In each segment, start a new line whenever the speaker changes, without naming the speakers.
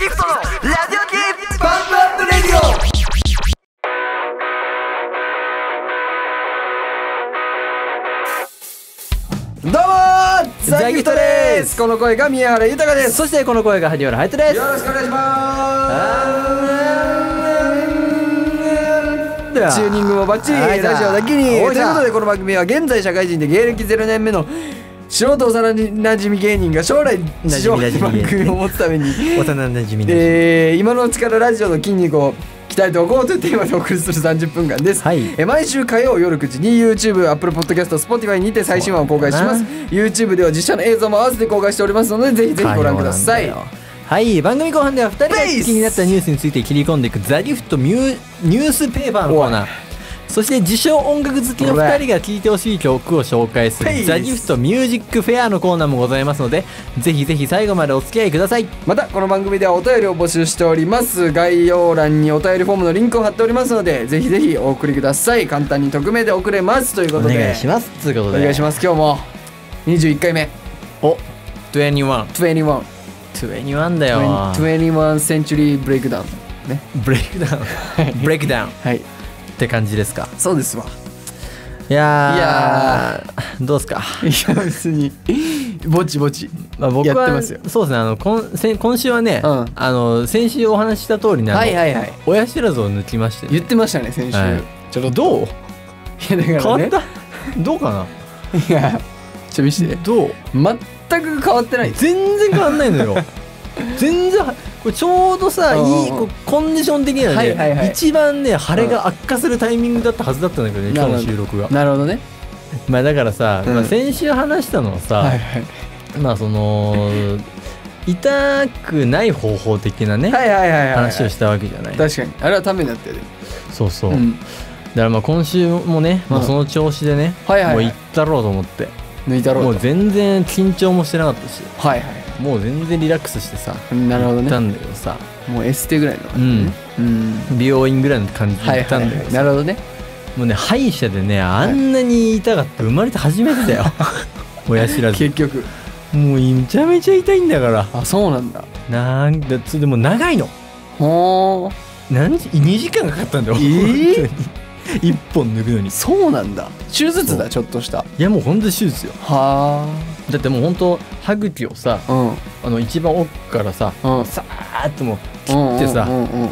ギフトのラジオ系バンドアップレディオ
どうもーザギフトですこの声が宮原豊ですそしてこの声が萩原隼人ですよろしくお願いしますチューニングもバッチリ
はい
ラジオだけにとい
おいじ
う
ゃ
ことでこの番組は現在社会人で芸歴0年目の素人幼なじみ芸人が将来地上波
馴
に
染
番
み馴染み芸人
組を持つために
大人なじみで
えー今のうちからラジオの筋肉を鍛えておこうというテーマでお送りする30分間です、
はい
えー毎週火曜夜9時に YouTube、Apple Podcast、Spotify にて最新話を公開しま
そ
す
うだ
YouTube では実写の映像も合わせて公開しておりますのでぜひぜひご覧ください
はい番組後半では2人が
ベイス
気になったニュースについて切り込んでいく「ザ・ギフトミューニュースペーパー」のコーナーそして自称音楽好きの2人が聴いてほしい曲を紹介す
ベイ
る「
ス
ザ・ギフトミュージックフェア」のコーナーもございますのでぜひぜひ最後までお付き合いください
またこの番組ではお便りを募集しております概要欄にお便りフォームのリンクを貼っておりますのでぜひぜひお送りください簡単に匿名で送れますということで
ますということ
お願いします今日も21回目
お21
21
21だよ
21 Century Breakdown ね
ブレイ クダウンブレイクダウンっ
はい
て感じですか
そうですわ
いやー
いや
どうですか
いや別にぼちぼち
まあ、僕は
やってますよ
そうですねあの今先今週はね、
うん
あの先週お話しした通りねあの
はいはいはい
親知らずを抜きましてね、
言ってましたね先週、
はい
ちょっと
どう
いやだ
変
から
わ
ね
った、どうか
いやちょ見せて
などう
全く変わってない
全然変わんないのよ全然これちょうどさ
うんうん
いいこうコンディション的にはね、
はいはいはい
一番ね晴れが悪化するタイミングだったはずだったんだけどね
なる
今
ほ
日
ど
の収録が、
なるほどね
まあ、だからさ、
うん
まあ、先週話したのはさ、
はいはい
まあその痛くない方法的なね、
はいはいはいはい
話をしたわけじゃない
確かにあれはためになったよね
そうそう、
ん
だからまあ今週もね、まあ、
うん
その調子でね、
はいはいはい
もう行ったろうと思って
抜いたろ
も
う
う
と
全然緊張もしてなかったし
はいは
もう全然リラックスしてさ
いなるほど
行った
ね
んだけどさ、
もうエステぐらいの
うん、
うん
美容院ぐらいの感じで
は
行
い
った
はい
んだ
は
けど
い
さ、
なるほどね
もうね歯医者でねあんなに痛かった生まれて初めて だよ親知らず
結局
もうめちゃめちゃ痛いんだから
あそうなんだ
なんだつでも長いの
ほー
何時2時間かかったんだよ、
えー
本当に1本抜くのにい
そうなんだ手術だちょっとしたは
やもうほんと手術よ
あ
だってもうほんと歯茎をさ
うん
あの一番奥からさ
うん
さーっともう
切
ってさ
うんうんうん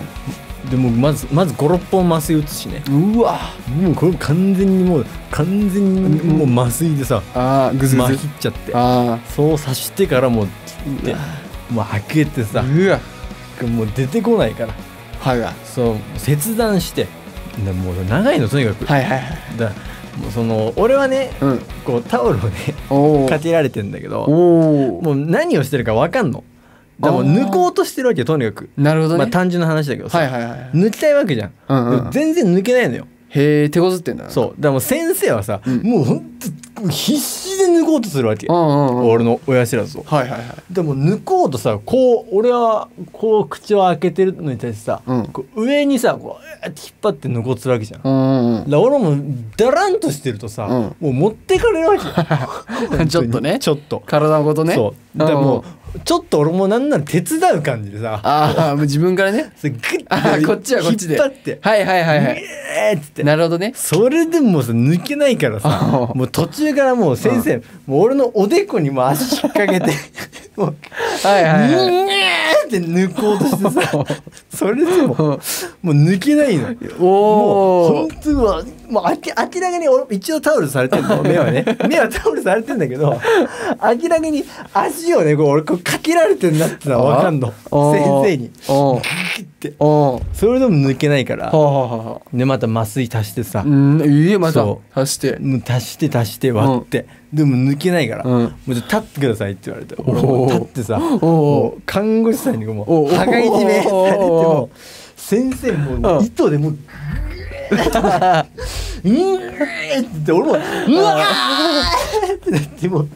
でもまずまず56本麻酔打つしね
うわ
もうこれ完全にもう完全にもう麻酔でさ
ああグズグ
ま
ズ
ひっちゃって
あ
そう刺してからもう
あ
でもう開けてさ
うわ
もう出てこないから
歯が
そう切断してでもう長いのとにかく、
はいはいはい
だもうその俺はね
うん
こうタオルをね
おお
かけられてんだけど
おお
もう何をしてるか分かんのでもう
あー
抜こうとしてるわけよとにかく、
なるほど
ま
ね
あ単純な話だけどさ、
はいはいはい
抜きたいわけじゃん、
うんうん
でも全然抜けないのよ
へえ手こずってんだ
そうだからもう先生はさ、
うん
もうほんと必死で抜こうとするわけ、
うんうんうんはい
俺の親知らずを
はいはい
でも抜こうとさこう俺はこう口を開けてるのに対してさ、
うん
こう上にさこうえーって引っ張って抜こうとするわけじゃん、だか
うんうん
ら俺もだらんとしてるとさ、
うん
もう持ってかれるわけよ
うん ちょっとね
ちょっと
体のことね
そうで
ん
もうちょっと俺もなんなら手伝う感じでさ
ああもう自分からね
それグッて
ああこっちはこっちで
引っ張って
はいはいはいは
「
い
えーっつって
なるほどね
それでもさ抜けないからさ
あ
もう途中からもう先生、もう俺のおでこにもう足引っ掛けてもう
はいはいは
にゃーって抜こうとして さそれでもも
いう
抜けないの
お
もう
お
本当はもうあき明らかに俺一応タオルされてん の目はね目はタオルされてんだけど明らかに足をねこう俺こうかけられてんなってのは分かんの
おー
先生に
おお
切って
おお
それでも抜けないから
はあはあはあはあ
でまた麻酔足してさ、
うんいいえまた
そ
走して
もう足して足して割って、でも抜けないから、
うん
もうちょっと立ってくださいって言われて
ー
俺もう立ってさ
おー
もう看護師さんにも
お
う
ー
歯がいじめされて
お
も先生も
うん
う糸でもうグーッてうーってって俺もうわーってなってもう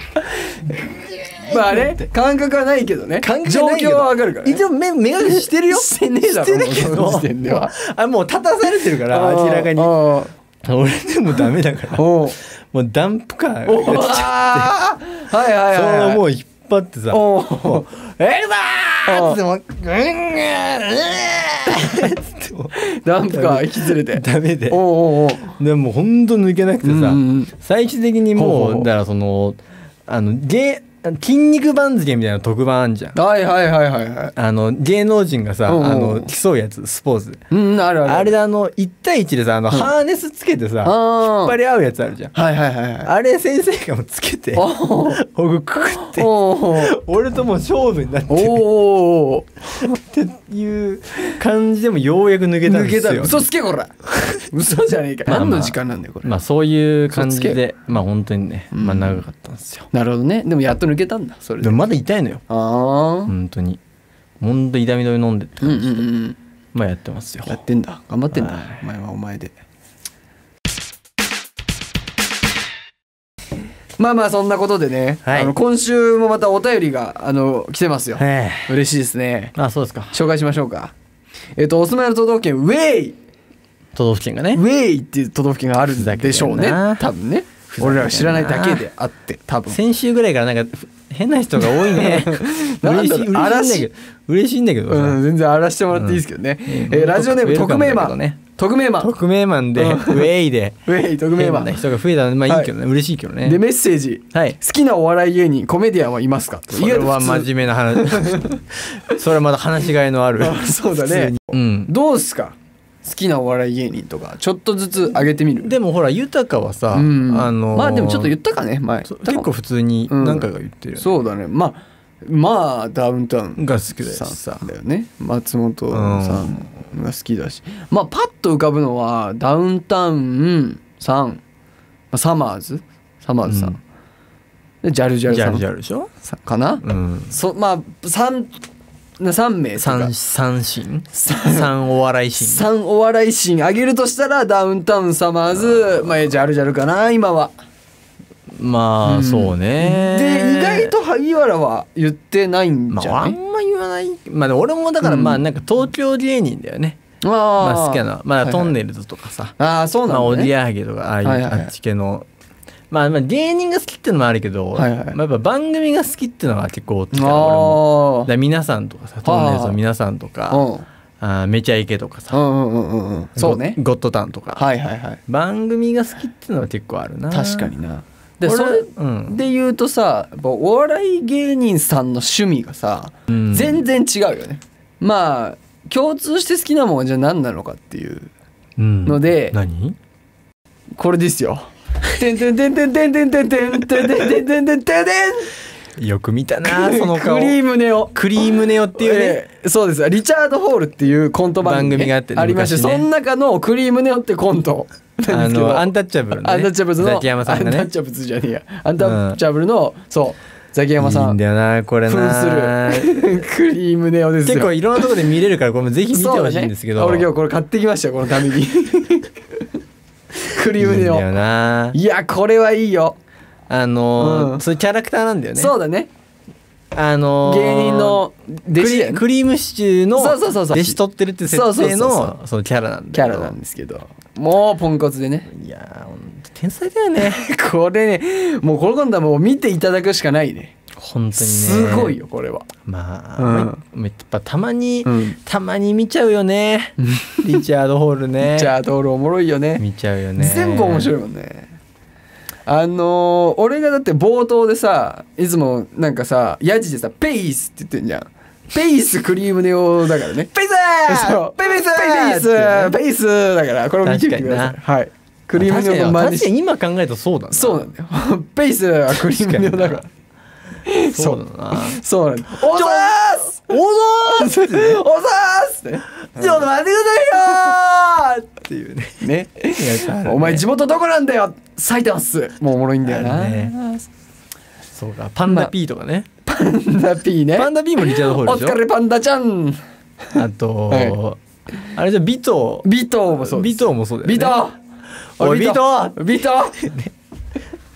まああれ感覚はないけどね
感覚
状
ないけど
況はわかるからね
一応目目隠ししてるよ
してねえだろ
してるけ
も
ど
うその時点では
あもう立たされてるから明らかに
あー
俺でもダメだか
あー
ら
おう
もうダンプカーが
おう
来ちゃって
あーはいはい
そ
はい
れ
はい
をもう引っ張ってさ「
お
もうエルバー!」ーっつってもう「ぐんぐんうえーっつっても
ダンプカー引き連れ
う
て
ダメで
おうおうおう
でもうほんと抜けなくてさ、
うんうんうん
最終的に
ほう
もう
ほうほう
だからそのあの芸筋肉番付みたいな特番あんじゃん
はいはいはいはいはい
あの芸能人がさ、
うんうん
あの競うやつスポーツで
うんあるある
あれであの1対1でさあの、ハーネスつけてさ
あ
引っ張
ー
り合うやつあるじゃん
はいはいはいはい
あれ先生がもうつけて
お おう
僕くくって
おうおう
俺ともう勝負になって
お
る
おお
っていう感じでもようやく抜けたん
抜
で
け
す
た
よ
嘘つけこら嘘じゃねえか
まあまあ
何の時間なんだよこれ
まあそういう感じ
嘘
でまあ本当にね、
うん
まあ長かったんですよ
なるほどねでもやっと抜けたんだそれ
で
で
もまだ痛いのよ
ああ
本当に本当痛み止め飲んで
うんうんうん
まあやってますよ
やってんだ頑張ってんだ
はい
お前はお前でまあまあそんなことでね、
はい
あの今週もまたお便りがあの来てますよ、
はい
嬉しいですね
あそうですか
紹介しましょうかえっ、とお住まいの都道府県ウェイ
都道府県がね
ウェイっていう都道府県があるんでしょう
ふざ
ね
けてんな
多分ね
ざけてんな
俺らが知らないだけであって多分
先週ぐらいからなんかふ変な人が多い ね
なん
嬉
だ
し
ろ
いう嬉しいんだけど嬉しいんだけどさ、
うん、全然荒らしてもらっていいですけどね、
うん
えーラジオネーム
ウェルカ
匿
ムだ
名
け
マ
どね
ン匿名マン
匿名マンで
う
ウ
ん
ェイで
ウェイ匿名
変
マン
な人が増えたのまあいいけどね嬉しいけどね
でメッセージ、
はい
好きなお笑い芸人コメディアンはいますか
それは真面目な話 それはまだ話しがいの ある
意外と普通そうだね
うん
どうっすか好きなお笑い芸人とかちょっとずつ上げてみる
でもほら豊はさ、
うん
あのー
まあでもちょっと言ったかね前
そう結構普通に何回か言ってるよね、
そうだねまあまあダウンタウン
が好きだよ
さ
さ
んだよね松本さんが好きだし、まあパッと浮かぶのはダウンタウンさんまあサマーズサマーズさん、
うん
でジャルジャル
ジ
さ
ャ
ん
ルジャルでしょ、
さかな、
うん、
そまあ 3, 3名とか
三三神三お笑い神
3お笑いシーン上げるとしたらダウンタウンサマーズまあジャルジャルかな今は。
まあそうね、
で意外と萩原は言ってないん
ま
じ
あ
ゃ
あ
なんい、
ま言わないまあでも俺もだから
うん
まあなんか東京芸人だよね、
あー、
まあ好きなのはまあトン
ね
ネルズとかさ、
ああそうな
まあ、
の
オデ
ね、
ィアーゲとかああいう、
はいはいはい
あっち系の、まあ、まあ芸人が好きってのもあるけど、
はいはい
まあ、やっぱ番組が好きってのは結構大きいから俺も
あ
だから皆さんとかさトンネルズの皆さんと
あ
か
うん
あーめちゃイケとか
う
さ
んうんうんうんうんそうね
ゴゴッドタンとか、
はいはいはい
番組が好きってのは結構あるな
確かになで
で
そ
それ
れ
うん
で言うとさやっぱお笑い芸人さんの趣味がさ、
うん
全然違うよねまあ共通して好きなものはじゃあ何なのかっていう
うん
ので
何
これですよ「てんてんてんてんてんてんてんてんてんてんてんてんてんてんてん
よく見たなその顔
クリームネオ
クリームネオっていうね、
えーそうですリチャード・ホールっていうコント番組,、
番組があってね
りまして、
昔ね
その中のクリームネオってコントなん
あ
ですけど
のアンタッチャブルの、ね、
アンタッチャブルの
ザキヤマさんが
アンタッ
ね
チャブルじゃねえやアンタッチャブルの、そうザキヤマ
い
さ
いん
ん
だよなこれな
扮する クリームネオ ですよ
結構いろんなところで見れるからこれもぜひ見てほしいんですけ
そ
ど、
うだね俺今日これ買ってきましたよこのためにクリーム
いいん
ネオ
だよない
やこれはいいよ、
あのー
うん
そういうキャラクターなんだよね
そうだね
あのー
芸人の弟
ク
子
リ
だよね
クリームシチューの
そうそうそうそう
弟子取ってるっていう設
そうそ
定
うそうそ
のそのキャラなんだ
キャラなんですけどもうポンコツでね
いやーほんと天才だよね
これねもうこれ今度はもう見ていただくしかないね
本当にね
すごいよこれは
まあ、
うん
めやっぱたまに、
うん
たまに見ちゃうよねリチャード・ホールね
じゃあドールおもろいよね
見ちゃうよね
全部面白いもんねあのー俺がだって冒頭でさいつもなんかさヤジでさ「ペイス」って言ってんじゃんペイスクリームネオだからね
ペイス
そう
ペイス
ペイスペイスだからこれを見てみてください
確
はいクリームネオの真似
確か
し
に今考えるとそうだな
そうなんだよペイスはクリームネオだから
そうだな
そうなんだおざーす
おぞー
おざーすね
ちょっと待ってくださいよーっていうね。
ねお
お前
前地元どこなんだよ埼玉っすもうおもろいんだよな、
ある そうかパンダ P とかね。
パンダ P ね
パンダ P もリチャードホ
お
ールで
疲
し
れパンダちゃん
ょ。あと、
は
あれじゃビト
ビトーもそうで
ビ
す
トもそうだよね。
ビトー
おいビト
ビトー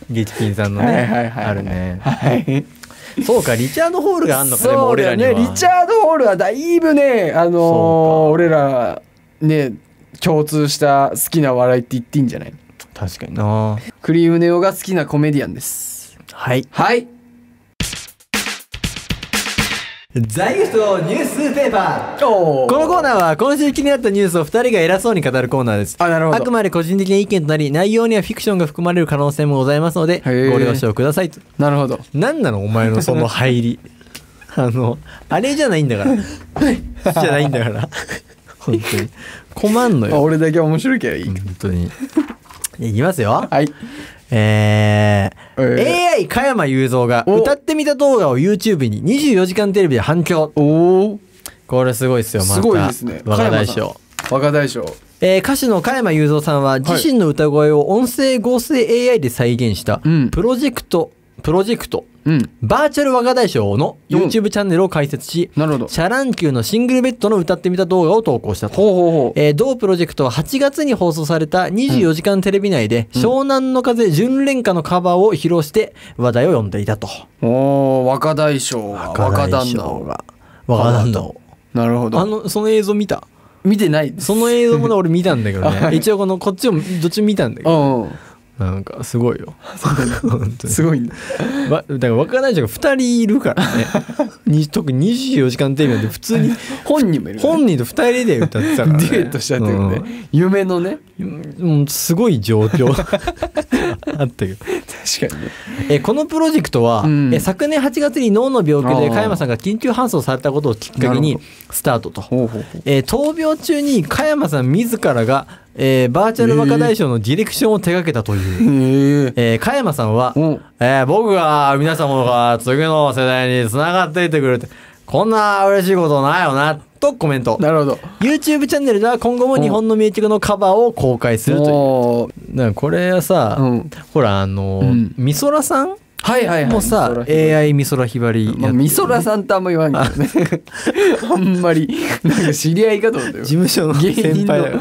ゲチキンさんのね。
はいはいはい
あるね。
はい
そうかリチャードホールがあんのかでも
そう
俺
だ
ら
よ
に
ね
は。
リチャード・ホールはだいぶねあのー
そう
俺らね共通した好きな笑いって言っていいんじゃない
確かにな。
クリームネオが好きなコメディアンです
はい。
はい
ザギフトニュースペーパー
お
このコーナーは今週気になったニュースを2人が偉そうに語るコーナーです
あなるほど
あくまで個人的な意見となり内容にはフィクションが含まれる可能性もございますの
へ
で
ー
ご了承くださいと
なるほど
何なのお前のその 入りあのあれじゃないんだからじゃないんだから本当に困んの
あ
よ
俺だけ面白いけどいい、
本当にいきますよ
はい
えー
え
AI 加山雄三が
お
歌ってみた動画を YouTube に24時間テレビで反響
おお
これすごいですよますた
ごいですね
若大
加山
将
さん若大将
えー歌手の加山雄三さんは自身の歌声を音声合成 AI で再現した
うん
プロジェクト、プロジェクト
うん
バーチャル若大将の YouTube チャンネルを開設し、
なるほど
シャランキューのシングルベッドの歌ってみた動画を投稿したと。
ほうほうほう
えー同プロジェクトは8月に放送された24時間テレビ内で、湘南の風純恋歌のカバーを披露して話題を呼んでいたと。
おお若大将が若
大
旦
将
那を
が。若旦那を。
なるほ
あ
ど
の、その映像見た
見てないです
その映像もね、俺見たんだけ ど
は
ね。
い
一応この、こっちも、どっちも見たんだけ
う
ど。
んうん
なんか、すごいよ。本当に
すごいんだ
わだから若大将が2人いるからねに特に24時間テレビなんて普通に
本人もいるよね
本人と2人で歌ってたから、
デ
ね、
ュエットしちゃってるね夢のね
うん、うんすごい状況 あったけど
確かにね
えこのプロジェクトは、
うん
え昨年8月に脳の病気で
あー
加山さんが緊急搬送されたことをきっかけ
なる
に
ほ
スタートと、
ほうほうほう
えー闘病中に加山さん自らが、えーバーチャル若大将のディレクションを手掛けたという、
へえ
えー加山さんは、
うん
えー僕が生み出したものが次の世代につながっていってくれてこんな嬉しいことないよなとコメント
なるほど
YouTube チャンネルでは今後も日本の名曲のカバーを公開するという
おー
だからこれはさ、
うん
ほらあの
うん
美空さん
はいはいはい
も
美空
さ
ひばり
AI 美空ひばりやって
まあ、美空さんとあんま言わんけど ねあんまりなんか知り合いかと思ったよ
事務所の
芸人の
先輩だよ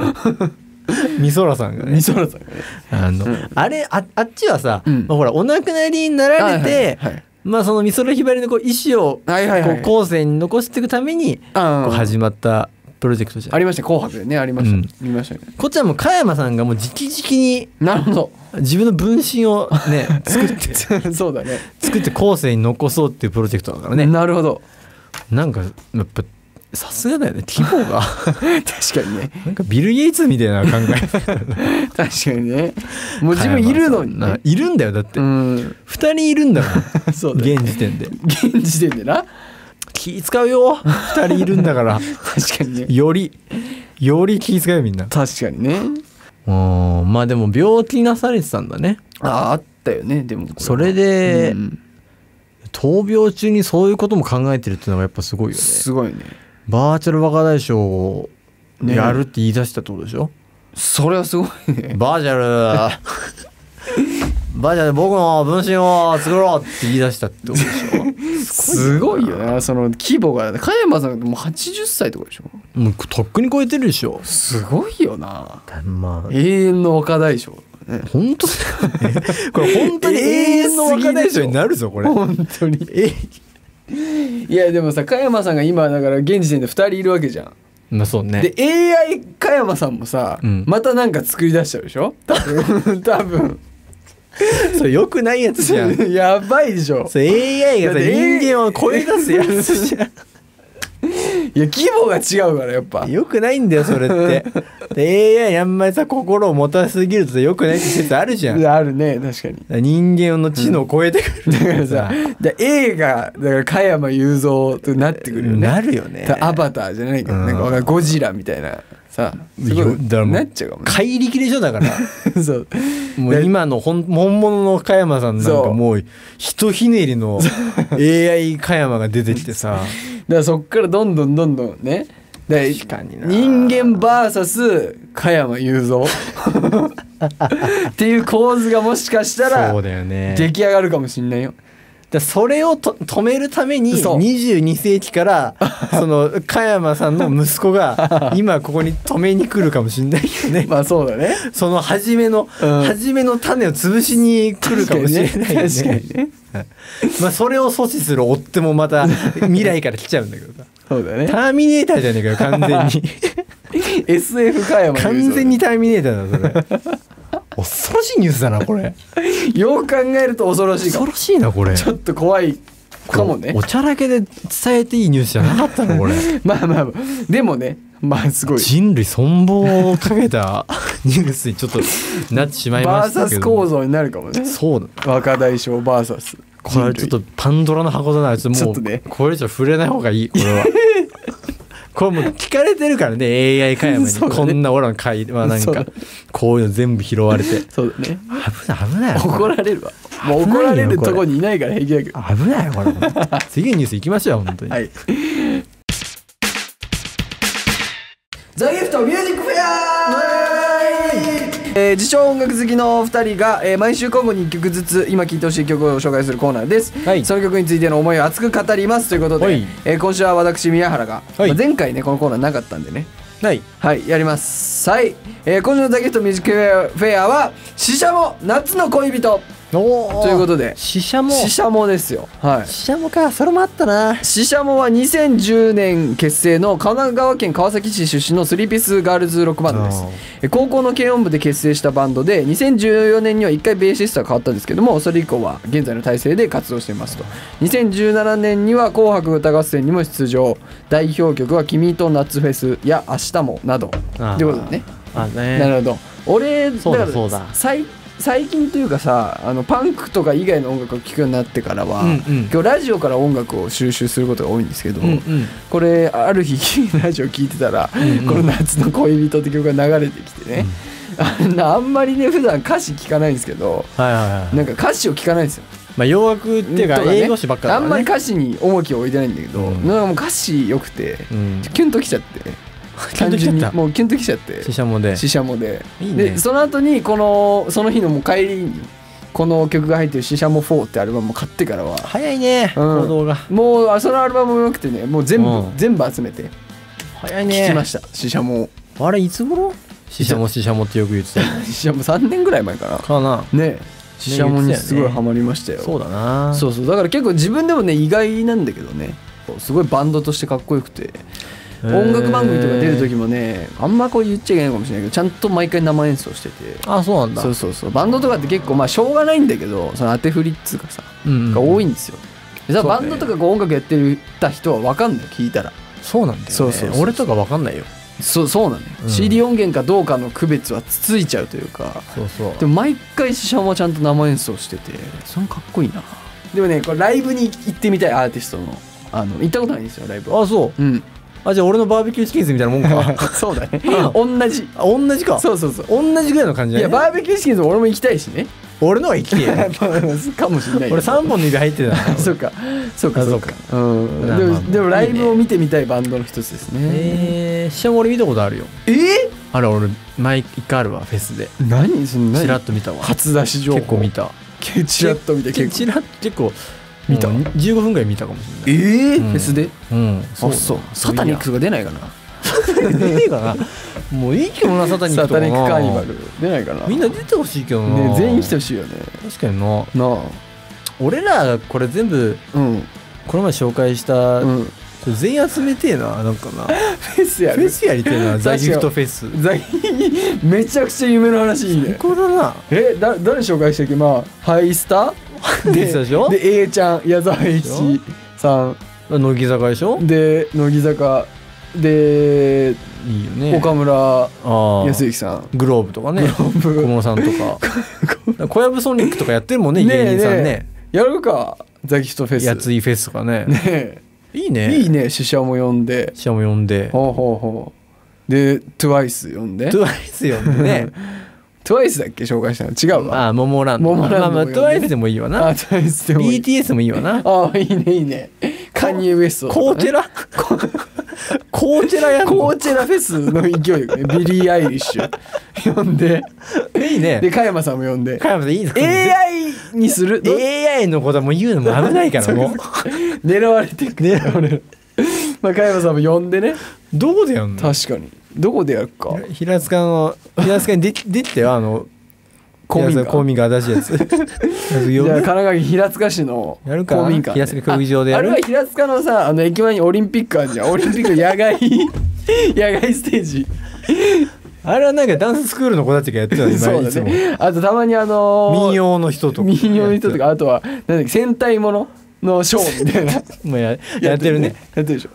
美空さんがね
美空さんがね
あの、あれああっちはさ、
うん
まあほらお亡くなりになられて、
はいはい
まあその美空ひばりのこう意思を
はいはいはい
こう後世に残していくためにこう
はいあ
始まったプロジェクトじゃ
あ
ん。
りました紅白でねありました、
うん
見ましたよね
こっちはもう加山さんがもう直々に
なるほ ど
自分の分身をね 作って
そうだね
作って後世に残そうっていうプロジェクトだからね。
なるほど
なんかやっぱさすがだよねティボ ーが
確かにね
なんかビル・ゲイツみたいな考え
確かにね もう自分いるのに
加山さ
ね
んいるんだよだって
う
二、
ん
人いるんだもん
そうだね
現時点で
現時点でな
気使うよ二人いるんだから
確かにね
よりより気使うよみんな
確かにね
うんまあでも病気なされてたんだね
あああったよねでもこは
それで
うん
闘病中にそういうことも考えてるっていうのがやっぱすごいよね
すごいね
バーチャル若大将を
ね
やるって言い出したってことでしょ、
それはすごいね
バーチャル バーチャル僕の分身を作ろうって言い出したってことでしょ
すごいよなその規模が加山さんもう80歳とかでしょ
もうとっくに超えてるでしょ
すごいよな
まあ
永遠の若大将
本当だよねこれ本当に永遠の若大将になるぞこれ
本当にいやでもさ加山さんが今だから現時点で2人いるわけじゃん
まあそうね
で AI 加山さんもさ、
うん
またなんか作り出しちゃうでしょ多分多分
それよくないやつじゃん
やばいでしょ
それ AI がさ
だって
人間を超え出すやつじゃん
いや規模が違うからやっ ぱ
よくないんだよそれってで AI あんまりさ心を持たせすぎるとよくないって説あるじゃんだか
あるね確かに
ら人間の知能を超えてくる
だからさで A がだから加山雄三となってくるよね
なるよね
たアバターじゃないけど、
うん
なんかわかんないゴジラみたいなさそういうこと
いやだからもう
なっちゃうかも
怪力でしょだから
ねそう
もう今の本本物の加山さんなん
そ
か
う
もうひとひねりの AI 加山が出てき て
だ
さ
からそっからどんどんどんどんねだから
確かにな
人間 VS 加山雄三っていう構図がもしかしたら
そうだよね
出来上がるかもしんないよ
だそれをと止めるために
そう
22世紀から その加山さんの息子 が今ここに止めに来るかもしれないよね
まあそうだね
その初めの、
うん
初めの種を潰しに 来るかもしれないよね
確かにね確かにね
まあそれを阻止する追ってもま た未来から来ちゃうんだけどさ
そうだ
タ
ね
ーミネーターじゃねえかよ完 全に
SF 加山雄三
完全にターミネーターだそれ 恐ろしいニュースだなこれ
よく考えると恐ろしいか
恐
も
ろしいなこれ
ちょっと怖いかもね
おちゃらけで伝えていいニュースじゃなかったのこれ
まあまあでもねまあすごい
人類存亡をか けたニュースにちょっとなってしまいま
バー
した
サ
け
ス
ど
構造になるかもね
そうだ
若大将バーサス
これはちょっとパンドラの箱だなちょっともう
ちょっとね
これ以上触れない方がいいこれ はこれもう聞かれてるからね AI 会話に、
そうだね
こんな俺の会話なん
そうだ
かこういうの全部拾われて
そうだ ね
危ない危ない
怒られるわもう怒られるとこにいないから平気だけど
危ないよこれ次のニュース行きましょう本当に、
はいザ・ギフトミュージックフェアえー、自称音楽好きの2人が、えー毎週交互に1曲ずつ今聴いてほしい曲を紹介するコーナーです、
はい
その曲についての思いを熱く語りますということ
は
で
い、
えー今週は私宮原が、
はい
まあ前回ねこのコーナーなかったんでね
はい
はいやりますはい、えー今週の「ザ・ギフトミュージックフェアフェアは「死者も夏の恋人」
お
ということで
死者も
死者もですよはい
ししゃもかそれもあったな
シシャモは2010年結成の神奈川県川崎市出身のスリーピースガールズロックバンドです
あー
え高校の軽音部で結成したバンドで2014年には1回ベーシストが変わったんですけどもそれ以降は現在の体制で活動していますと2017年には「紅白歌合戦」にも出場代表曲は「君と夏フェス」や「明日も」など
あー
ということでね
あね
なるほど俺だ
そう
か
だ
ら
そうだ
最最近というかさあのパンクとか以外の音楽を聴くようになってからは、
うんうん
今日ラジオから音楽を収集することが多いんですけど、
うんうん
これある日 ラジオ聴いてたら、
うん
この「夏の恋人」って曲が流れてきてね、あんなあんまりね普段歌詞聞かないんですけど
はいはいはい
なんか歌詞を聞かないんですよ。
まあ洋楽っていうか
とね
英語詞ばっかだ
あ
から、ね、
んまり歌詞に重きを置いてないんだけど、
うん
なんかもう歌詞良くて、
うん
キュンときちゃって
キュンときちゃ
単純
った
にもうキュンときちゃって
死者もで
ししゃもで
いいね
でその後にこのその日のもう帰りにこの曲が入ってる「ししゃも4」ってアルバムを買ってからは
早いね、
うん
行動が
もうあそのアルバムも良くてねもう全部、
うん
全部集めて
早い
聴きま
ね
した「ししゃも
あれいつ頃死者も死者もってよく言ってたよ」
ししゃも3年ぐらい前かな
かな
ねししゃもにすごいハマりましたよ
そうだな
そうそうだから結構自分でもね意外なんだけどねすごいバンドとしてかっこよくて
へー
音楽番組とか出る時もねあんまこう言っちゃいけないかもしれないけどちゃんと毎回生演奏してて
あそうなんだ
そうそうそうバンドとかって結構まあしょうがないんだけどその当て振りっつうかさ、
うんうん
が多いんですよでさ
そうね
バンドとかこう音楽やってるた人は分かんないよ聞いたら
そうなんだよ、ね、
そうそうそう
俺とかわかんないよ
そうそうなのよ、
うん
CD 音源かどうかの区別はつついちゃうというか
そうそう
でも毎回シシャモはちゃんと生演奏しててそれもかっこいいなでもねこれライブに行ってみたいアーティストのあの行ったことないんですよライブは
あそう
うん
あじゃあ俺のバーベキューチキンズみたいなもんか
そうだね
うん
同じ
あ同じか
そうそうそう
同じぐらいの感じ
い
だね
やバーベキューチキンズも俺も行きたいし ね
俺のは生きて えよ
かもしれないけど
俺3本の指入ってた
そうか、そうか、
あ
そうか。うん、で
まあまあ
も、でもライブを見てみたいバンドの一つですね。
えー、死者も俺見たことあるよ
え
あれ俺前一回あるわフェスで
ー、何、その
チラ
何
ッ。と見たわ
初出し情報。
結構見。た
チラッと見て、
ち
結
ち
構。
らっと結構見た、
うん
15分ぐらい見たかもし
え
れない
ー
うん
フェスで。
うん
あ、そう。サタニックスが出ないかな。
ねえかなもういいけどなサタニック
サ
とか
タ
な
ニックカーニバル。出ないかな。
みん
ね、
な出てほしいけどな、
全員来てほ
し
しいよね。
い確かにな
なあ。
俺らがこれ全部
うん。
この前紹介した、
うん。フ
全員集めてえななんか なフ
ェスや
ェ
る。
スやりてえなザ・ギフトフェス
ザ めちゃくちゃ夢の話いいね
これだな
えだ誰紹介してっけまあハイスタ
でしたでしょ
で A ちゃん矢沢永
でし
吉さん
乃木坂でしょ
で乃木坂で
いいよね
岡村
ああ
康之さん
グローブとかね小室さんと か小籔ソニックとかやってるもんね
ねえ
芸人さんね
ねやるかザキフトフェス
やついフェスとかね
ね
いい
え
ね
いいね死者も呼んで
しかも呼んで
ほうほうほうで TWICE 呼んで
TWICE 呼ん でね
TWICE だっけ紹介したの違うわ
ああモモランド
モモランド
まあまあ
も呼んで
TWICE でもいいわ
あ
な
TWICE でもいい
BTS もいいわな
ああいいねいいねカニエウエスト
コー
とかね
チェラコーチェラやん
コー
の
チェラフェスの勢いよくねビリー・アイリッシュ呼んで
いいね
で加山さんも呼んで
加山さんいいですか
AI にするど
AI のことはもう言うのも危ないからもう
狙われていく狙われるまあ加山さんも呼んでね
どこでやんの
確かにどこでやるか
平塚の平塚に出て出てたよあの
公民館
公民館出しやつ
じ
呼
ゃあ
ぶ
神奈川県平塚市の
やるか
公民館
平塚競技場でやる
ああれは平塚のさあの駅前にオリンピックある じゃんオリンピックの野外 野外ステージ
あれはなんかダンススクールの子たちがやってたの
そう
今い
だ
つも
ねあとたまにあのー
民謡の人とか
民謡の人とかあとはなんだっけ戦隊もののショーみたいな
もうや やってるね
やってるでしょ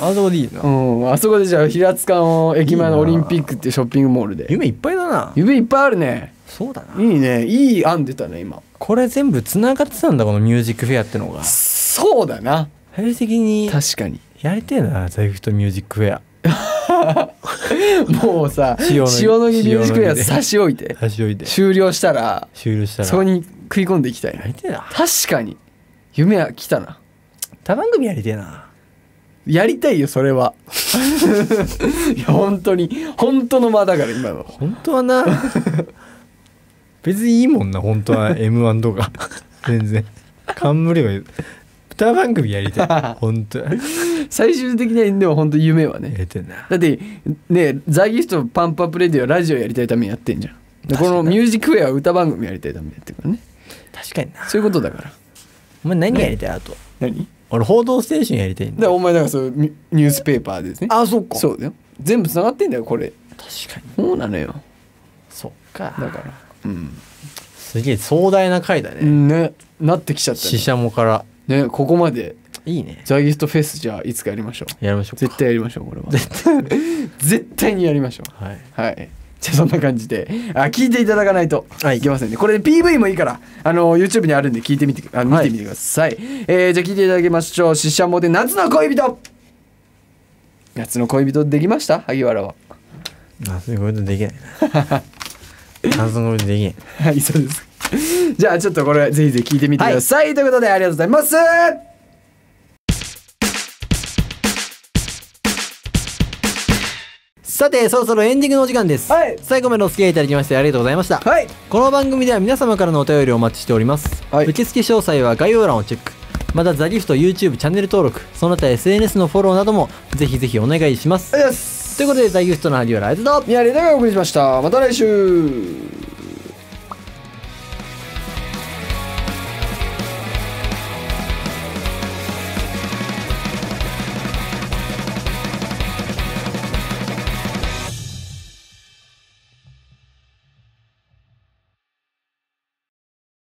あそこでいいな
うん、あそこでじゃあ平塚の駅前のオリンピックっていうショッピングモールで
夢いっぱいだな
夢いっぱいあるね
そうだない
いねいい案出たね今
これ全部つながってたんだこのミュージックフェアってのが
そうだな
最終的に
確かに
やりてえな財布とミュージックフェア
もうさ
塩
塩
の
の
り
りミュージックや差し置いて
差し置いて
終了したら
終了したら
そこに食い込んでいきたい
や
ね
りてえな
確かに夢は来たな
他番組やりてえな
やりたいよそれは いや本当に本当の間だから今の
本当はな 別にいいもんな本当は m 1とか全然冠は歌番組やりたい本当は
最終的にはでも本当夢は
や
ね
りてえな
だってねザギストパンプアップレディはラジオやりたいためにやってんじゃんでこのミュージックウェアは歌番組やりたいためにやってるからね
確かにな
そういうことだから
お前何やりたいあと
何
俺報道ステーションやりたいん
だか
だ
らお前だからそうニュニュースペーパーですね
あそっか
そうだよ全部つながってんだよこれ
確かに
そうなのよ
そっか
だからうん
すげえ壮大な回だね
ねなってきちゃった
ししゃもから
ねねここまで
いいね
ザギストフェスじゃあいつかやりましょう
やりましょう
絶対やりましょうこれは絶対にやりましょう
はい
はいじゃあそんな感じであ聞いていただかないと
はい
いけませんねこれ PV もいいからあの YouTube にあるんで聞いてみてあ見てみてください、えーじゃあ聞いていただきましょう「ししゃもで夏の恋人」夏の恋人できました萩原は
あそういうことできない なあそういうことでき
は
ない
いそうです じゃあちょっとこれぜひぜひ聞いてみてください、ということでありがとうございます
さてそろそろエンディングのお時間です、
はい
最後までお付き合いいただきましてありがとうございました、
はい
この番組では皆様からのお便りをお待ちしております、
はい
受付詳細は概要欄をチェックまたザギフト YouTube チャンネル登録その他 SNS のフォローなどもぜひぜひお願いします
ありがとうございます
ということでザギフトの萩原あいつと
宮根大がお送りしましたまた来週